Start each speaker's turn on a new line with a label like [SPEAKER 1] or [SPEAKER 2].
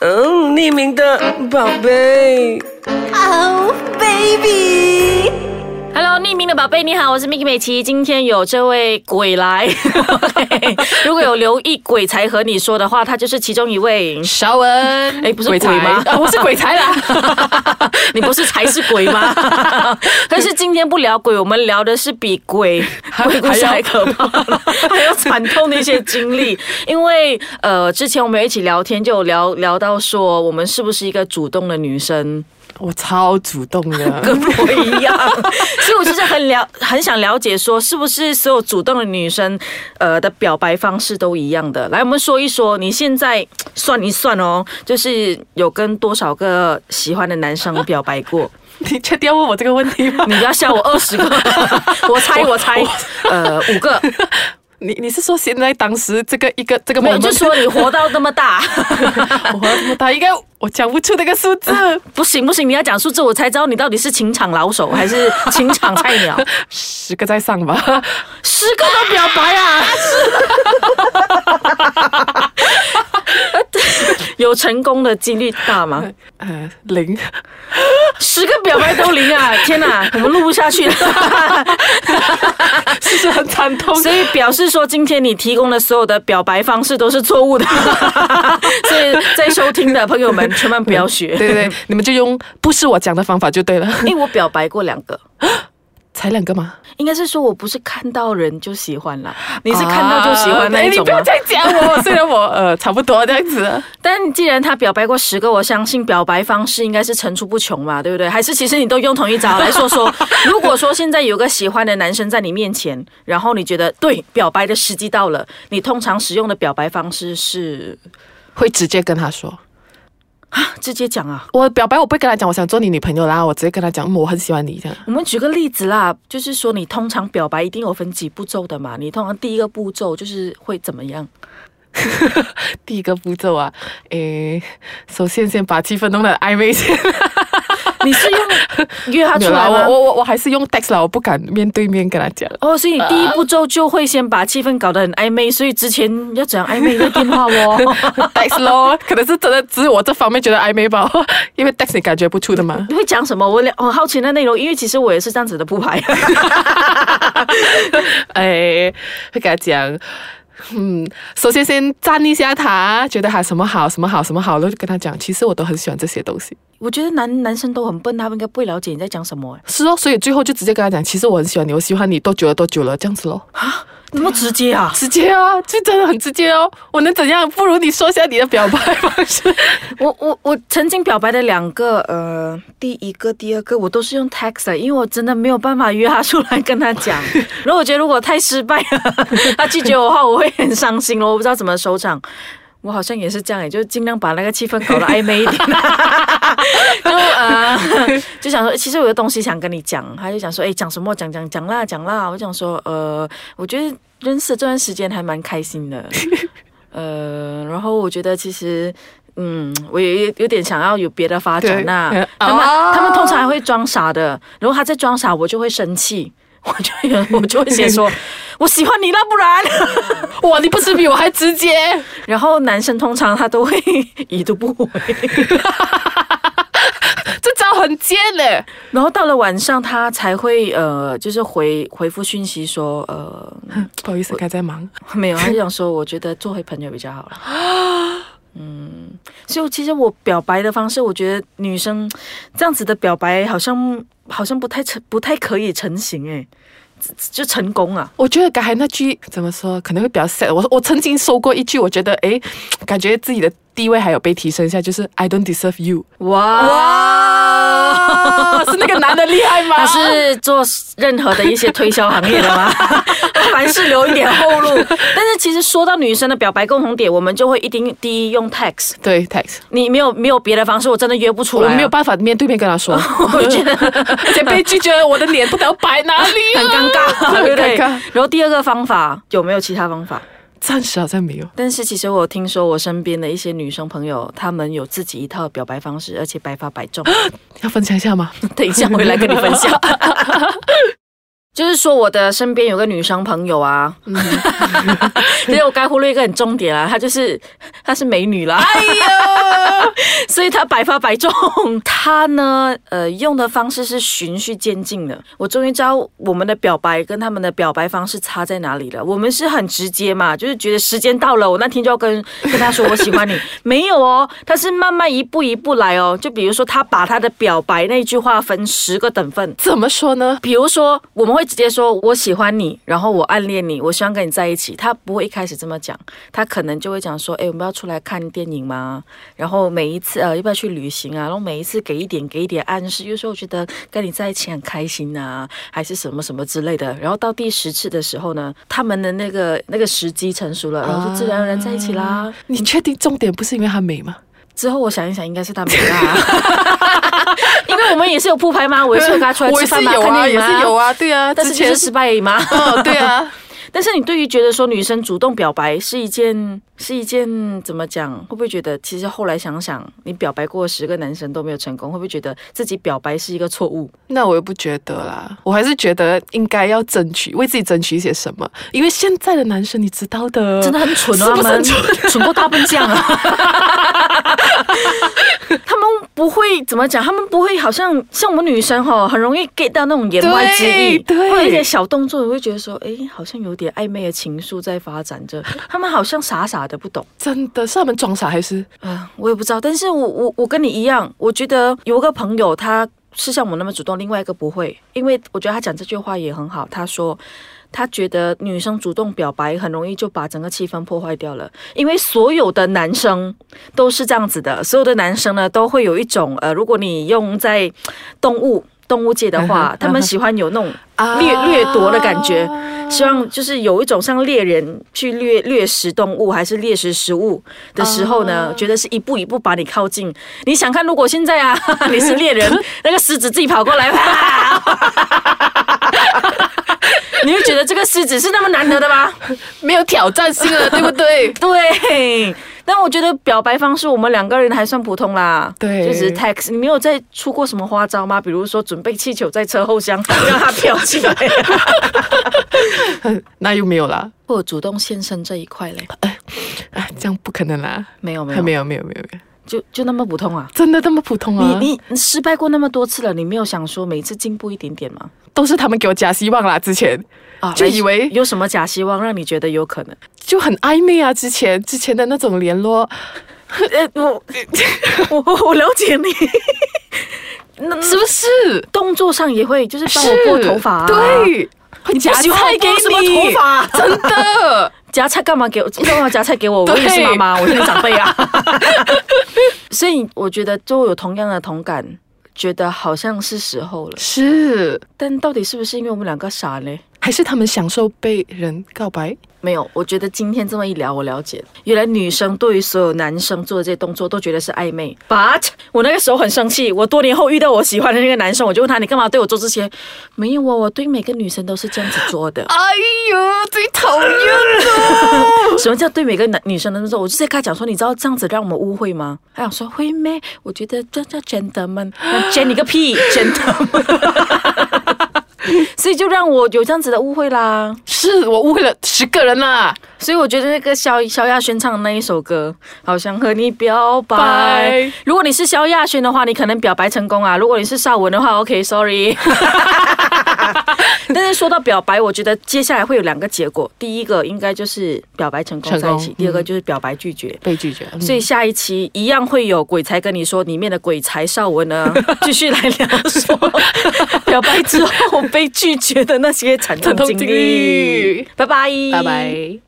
[SPEAKER 1] 嗯，匿名的宝贝。
[SPEAKER 2] Oh baby，
[SPEAKER 3] Hello，匿名的宝贝，你好，我是 Miki 美琪。今天有这位鬼来，如果有留意鬼才和你说的话，他就是其中一位。
[SPEAKER 4] 邵文，
[SPEAKER 3] 哎不是鬼吗
[SPEAKER 4] 啊我是鬼才啦。
[SPEAKER 3] 你不是才是鬼吗？但是今天不聊鬼，我们聊的是比鬼鬼故事还可怕的，还有惨痛的一些经历。因为呃，之前我们有一起聊天，就有聊聊到说，我们是不是一个主动的女生，
[SPEAKER 4] 我超主动
[SPEAKER 3] 跟
[SPEAKER 4] 的，
[SPEAKER 3] 我一样。所以我就是很了，很想了解说，是不是所有主动的女生，呃的表白方式都一样的？来，我们说一说，你现在算一算哦，就是有跟多少个喜欢的男生表白过？
[SPEAKER 4] 你确定要问我这个问题吗？
[SPEAKER 3] 你要笑我二十个， 我猜我猜，呃，五 个，
[SPEAKER 4] 你你是说现在当时这个一个这个
[SPEAKER 3] 没有，
[SPEAKER 4] moment？
[SPEAKER 3] 就说你活到那么大，
[SPEAKER 4] 我活到这么大，应该我讲不出那个 数字。
[SPEAKER 3] 不行不行，你要讲数字，我才知道你到底是情场老手还是情场菜鸟，
[SPEAKER 4] 十个在上吧，
[SPEAKER 3] 十个都表白啊， 有成功的几率大吗？
[SPEAKER 4] 呃，零，
[SPEAKER 3] 十个表白都零啊！天哪，我们录不下 去了。
[SPEAKER 4] 是不是很惨痛？
[SPEAKER 3] 所以表示说，今天你提供的所有的表白方式都是错误的， 所以在收听的朋友们千万不要学。
[SPEAKER 4] 对对，对你们就用不是我讲的方法就对了。
[SPEAKER 3] 因为我表白过两个，
[SPEAKER 4] 才两个吗？
[SPEAKER 3] 应该是说我不是看到人就喜欢啦，你是看到就喜欢那一
[SPEAKER 4] 哎你
[SPEAKER 3] 种
[SPEAKER 4] 不
[SPEAKER 3] 吗？
[SPEAKER 4] 要再讲我， 虽然我呃差不多这样子。
[SPEAKER 3] 但既然他表白过十个，我相信表白方式应该是层出不穷嘛，对不对？还是其实你都用同一招来说说，如果说现在有个喜欢的男生在你面前，然后你觉得对表白的时机到了，你通常使用的表白方式是
[SPEAKER 4] 会直接跟他说，
[SPEAKER 3] 直接讲啊。
[SPEAKER 4] 我表白我不会跟他讲，我想做你女朋友啦，我直接跟他讲，嗯我很喜欢你这样。
[SPEAKER 3] 我们举个例子啦，就是说你通常表白一定有分几步骤的嘛，你通常第一个步骤就是会怎 么样？
[SPEAKER 4] 第一个步骤啊，诶，首先先把气氛弄得暧昧先。
[SPEAKER 3] 你是用约他
[SPEAKER 4] 没
[SPEAKER 3] 出
[SPEAKER 4] 有啦
[SPEAKER 3] 来吗
[SPEAKER 4] 我我我我还是用 text 啦，我不敢面对面跟他讲。
[SPEAKER 3] 哦，所以你第一步骤就会先把气氛搞得很暧昧，所以之前要怎样暧昧要电话 哦。
[SPEAKER 4] text 咯，可能是真的只是我这方面觉得暧昧吧， 因为 text 你感觉不出的 嘛。
[SPEAKER 3] 你会讲什么？我我好奇那内容，因为其实我也是这样子的铺排。
[SPEAKER 4] 哎，会跟他讲。嗯，首先先赞一下他，觉得他什么好，什么好，什么好，然后就跟他讲，其实我都很喜欢这些东西。
[SPEAKER 3] 我觉得男男生都很笨，他们应该不会了解你在讲什么。哎，
[SPEAKER 4] 是哦，所以最后就直接跟他讲，其实我很喜欢你，我喜欢你多久了，多久了，这样子咯。
[SPEAKER 3] 那么直接啊！
[SPEAKER 4] 直接啊，就真的很直接哦。我能怎样？不如你说下你的表白方式。
[SPEAKER 3] 我我我曾经表白的两个，呃，第一个、第二个，我都是用 text，的因为我真的没有办法约他出来跟他 讲。然后我觉得如果太失败了， 他拒绝我的话，我会很伤心咯，我不知道怎么收场。我好像也是这样，也就尽量把那个气氛搞得暧昧一 点， 就呃， 就想说，其实我有东西想跟你讲，他就想说，哎，讲什么？讲讲讲啦，讲啦。我想说，呃，我觉得认识这段时间还蛮开 心的，呃，然后我觉得其实。嗯，我也有点想要有别的发展呐、
[SPEAKER 4] 对
[SPEAKER 3] 他们、
[SPEAKER 4] 哦
[SPEAKER 3] 他们通常还会装傻的，然后他在装傻，我就会生气，我就会 我就会写 说，我喜欢你啦，不然。
[SPEAKER 4] 哇，你不是比我还直接？
[SPEAKER 3] 然后男生通常他都会 已读不回，
[SPEAKER 4] 这招很贱嘞！
[SPEAKER 3] 然后到了晚上他才会呃，就是回回复讯息说呃
[SPEAKER 4] 不好意思，该在忙。
[SPEAKER 3] 没有，他就想说我觉得做回朋友比较好了。嗯，所以其实我表白的方式，我觉得女生嗯这样子的表白好像好像不太成不太可以成型诶， 就成功啊。
[SPEAKER 4] 我觉得刚才那句怎么说，可能会比较 sad。我我曾经说过一句，我觉得诶，感觉自己的地位还有被提升一下，就是 I don't deserve you。
[SPEAKER 3] 哇哇！
[SPEAKER 4] 是那个男的厉害吗？
[SPEAKER 3] 他是做任何的一些推销行业的吗？凡事留一点后路。但是其实说到女生的表白共同点，我们就会一定第一用 text。
[SPEAKER 4] 对 text，
[SPEAKER 3] 你没有没有别的方式，我真的约不出
[SPEAKER 4] 我
[SPEAKER 3] 来、啊
[SPEAKER 4] 没有。办法面对面跟他说，
[SPEAKER 3] 我觉得
[SPEAKER 4] 而且被拒绝了，我的脸不知道摆哪 里、
[SPEAKER 3] 很尴尬，
[SPEAKER 4] 很
[SPEAKER 3] 对不
[SPEAKER 4] 尴
[SPEAKER 3] 对？
[SPEAKER 4] 尬。
[SPEAKER 3] 然后第二个方法有没有其他方法？
[SPEAKER 4] 暂时好像没有。
[SPEAKER 3] 但是其实我听说我身边的一些女生朋友，她们有自己一套表白方式，而且百发百中。
[SPEAKER 4] 要分享一下吗？
[SPEAKER 3] 等一下回来跟你 分享。就是说，我的身边有个女生朋友啊， 其实我该忽略一个很重点啊，她就是她是美女啦。
[SPEAKER 4] 哎呦，
[SPEAKER 3] 所以他百发百中。 他呢，呃，用的方式是循序渐进的。我终于知道我们的表白跟他们的表白方式差在哪里了。我们是很直接嘛，就是觉得时间到了，我那天就要跟跟他说我喜欢你。没有哦，他是慢慢一步一步来哦。就比如说，他把他的表白那句话分十个等份，
[SPEAKER 4] 怎么说呢？
[SPEAKER 3] 比如说，我们会直接说“我喜欢你”，然后我暗恋你，我希望跟你在一起。他不会一开始这么讲，他可能就会讲说：“哎，我们要出来看电影吗？然后每一次呃，要不要去旅行啊？然后每一次给一点给一点暗示，又说我觉得跟你在一起很开心啊，还是什么什么之类的。”然后到第十次的时候呢，他们的那个那个时机成熟了，然后就自然而然在一起啦。
[SPEAKER 4] 你确定重点不是因为她美吗？
[SPEAKER 3] 之后我想一想，应该是他没啦。 因为我们也是有铺排嘛，我也是有跟他出 来
[SPEAKER 4] 我
[SPEAKER 3] 吃
[SPEAKER 4] 也是
[SPEAKER 3] 饭嘛，
[SPEAKER 4] 有啊，
[SPEAKER 3] 看电
[SPEAKER 4] 也
[SPEAKER 3] 影嘛
[SPEAKER 4] 是有啊，对啊，
[SPEAKER 3] 但是
[SPEAKER 4] 之
[SPEAKER 3] 就
[SPEAKER 4] 前
[SPEAKER 3] 是失败而已 嘛。
[SPEAKER 4] 哦，对啊，
[SPEAKER 3] 但是你对于觉得说女生主动表白是一件是一件怎么讲？会不会觉得其实后来想想，你表白过十个男生都没有成功，会不会觉得自己表白是一个错误？
[SPEAKER 4] 那我又不觉得啦，我还是觉得应该要争取，为自己争取一些什么。因为现在的男生，你知道的，
[SPEAKER 3] 真的很蠢哦，
[SPEAKER 4] 呃是不是
[SPEAKER 3] 他们
[SPEAKER 4] 很蠢？
[SPEAKER 3] 蠢过大笨象啊！ 他们不会怎么讲，他们不会好像像我们女生哈、哦，很容易 get 到那种言外之意，
[SPEAKER 4] 对对
[SPEAKER 3] 或者一些小动作，你会觉得说，哎，好像有点暧昧的情愫在发展着，他们好像傻傻的不懂。
[SPEAKER 4] 真的是他们装傻还是？
[SPEAKER 3] 啊，我也不知道，但是我我我跟你一样，我觉得有个朋友他是像我那么主动，另外一个不会，因为我觉得他讲这句话也很好，他说。他觉得女生主动表白很容易就把整个气氛破坏掉了，因为所有的男生都是这样子的，所有的男生呢都会有一种呃，如果你用在动物动物界的
[SPEAKER 4] 嗯
[SPEAKER 3] 话
[SPEAKER 4] 哼，
[SPEAKER 3] 他们喜欢有那种
[SPEAKER 4] 啊
[SPEAKER 3] 掠掠夺的感觉，希望就是有一种像猎人去掠掠食动物还是猎食食物的时候呢，
[SPEAKER 4] 啊
[SPEAKER 3] 觉得是一步一步把你靠近。你想看，如果现在啊 你是猎 人，那个狮子自己跑过来，哇你会觉得这个狮子是那么难得的吗？
[SPEAKER 4] 没有挑战性了，对不 对？
[SPEAKER 3] 对。但我觉得表白方式我们两个人还算普通啦，
[SPEAKER 4] 对
[SPEAKER 3] 就只是 text。你没有再出过什么花招吗？比如说准备气球在车后厢让它飘起 来、
[SPEAKER 4] 那又没有啦，
[SPEAKER 3] 或者主动献身这一块嘞？
[SPEAKER 4] 哎，这样不可能啦，
[SPEAKER 3] 没有没
[SPEAKER 4] 还
[SPEAKER 3] 有
[SPEAKER 4] 没有没有没有没有，
[SPEAKER 3] 就就那么普通啊？
[SPEAKER 4] 真的那么普通啊？
[SPEAKER 3] 你你你失败过那么多次了，你没有想说每次进步一点点吗？
[SPEAKER 4] 都是他们给我加希望啦，之前
[SPEAKER 3] 啊
[SPEAKER 4] 就以为
[SPEAKER 3] 有什么假希望让你觉得有可 能？
[SPEAKER 4] 就很暧昧啊，之前之前的那种联络，
[SPEAKER 3] 呃，我 我我我了解 你，那
[SPEAKER 4] 是不是？
[SPEAKER 3] 动作上也会就是帮我
[SPEAKER 4] 是
[SPEAKER 3] 拨头发、啊，
[SPEAKER 4] 对，会夹
[SPEAKER 3] 不喜欢
[SPEAKER 4] 菜
[SPEAKER 3] 我
[SPEAKER 4] 给
[SPEAKER 3] 拨
[SPEAKER 4] 你，
[SPEAKER 3] 什么头发啊
[SPEAKER 4] 真的。
[SPEAKER 3] 夹菜干嘛给我？干嘛夹菜给我？
[SPEAKER 4] 对
[SPEAKER 3] 我也是妈妈，我也是长辈啊。所以我觉得就有同样的同感，觉得好像是时候了。
[SPEAKER 4] 是，
[SPEAKER 3] 但到底是不是因为我们两个傻嘞？
[SPEAKER 4] 还是他们享受被人告白？
[SPEAKER 3] 没有，我觉得今天这么一聊，我了解了，原来女生对于所有男生做的这些动作都觉得是暧昧。But 我那个时候很生气，我多年后遇到我喜欢的那个男生，我就问他你干嘛对我做这些？没有啊，我对每个女生都是这样子做的。
[SPEAKER 4] 哎呦，最讨厌了！
[SPEAKER 3] 什么叫对每个男女生的动作？我就在跟他讲说，你知道这样子让我们误会吗？他想说会咩？我觉得这叫 gentleman，那 gen 啊你个屁，gentleman。所 以就让我有这样子的误会啦。
[SPEAKER 4] 是我误会了十个人啦。
[SPEAKER 3] 所以我觉得那个萧萧亚轩唱的那一首歌，好想和你表白。
[SPEAKER 4] 拜
[SPEAKER 3] 如果你是萧亚轩的话，你可能表白成功啊；如果你是邵文的话，OK，sorry、但是说到表白，我觉得接下来会有两个结果，第一个应该就是表白成功在嗯一
[SPEAKER 4] 成
[SPEAKER 3] 起，
[SPEAKER 4] 功
[SPEAKER 3] 第二个就是表白拒绝。
[SPEAKER 4] 被拒绝，嗯
[SPEAKER 3] 所以下一期一样会有鬼才跟你说里面的鬼才邵文呢， 继续来聊说表白之后被拒绝的那些惨痛
[SPEAKER 4] 惨痛
[SPEAKER 3] 经
[SPEAKER 4] 经
[SPEAKER 3] 历
[SPEAKER 4] 历。
[SPEAKER 3] 拜拜，
[SPEAKER 4] 拜拜。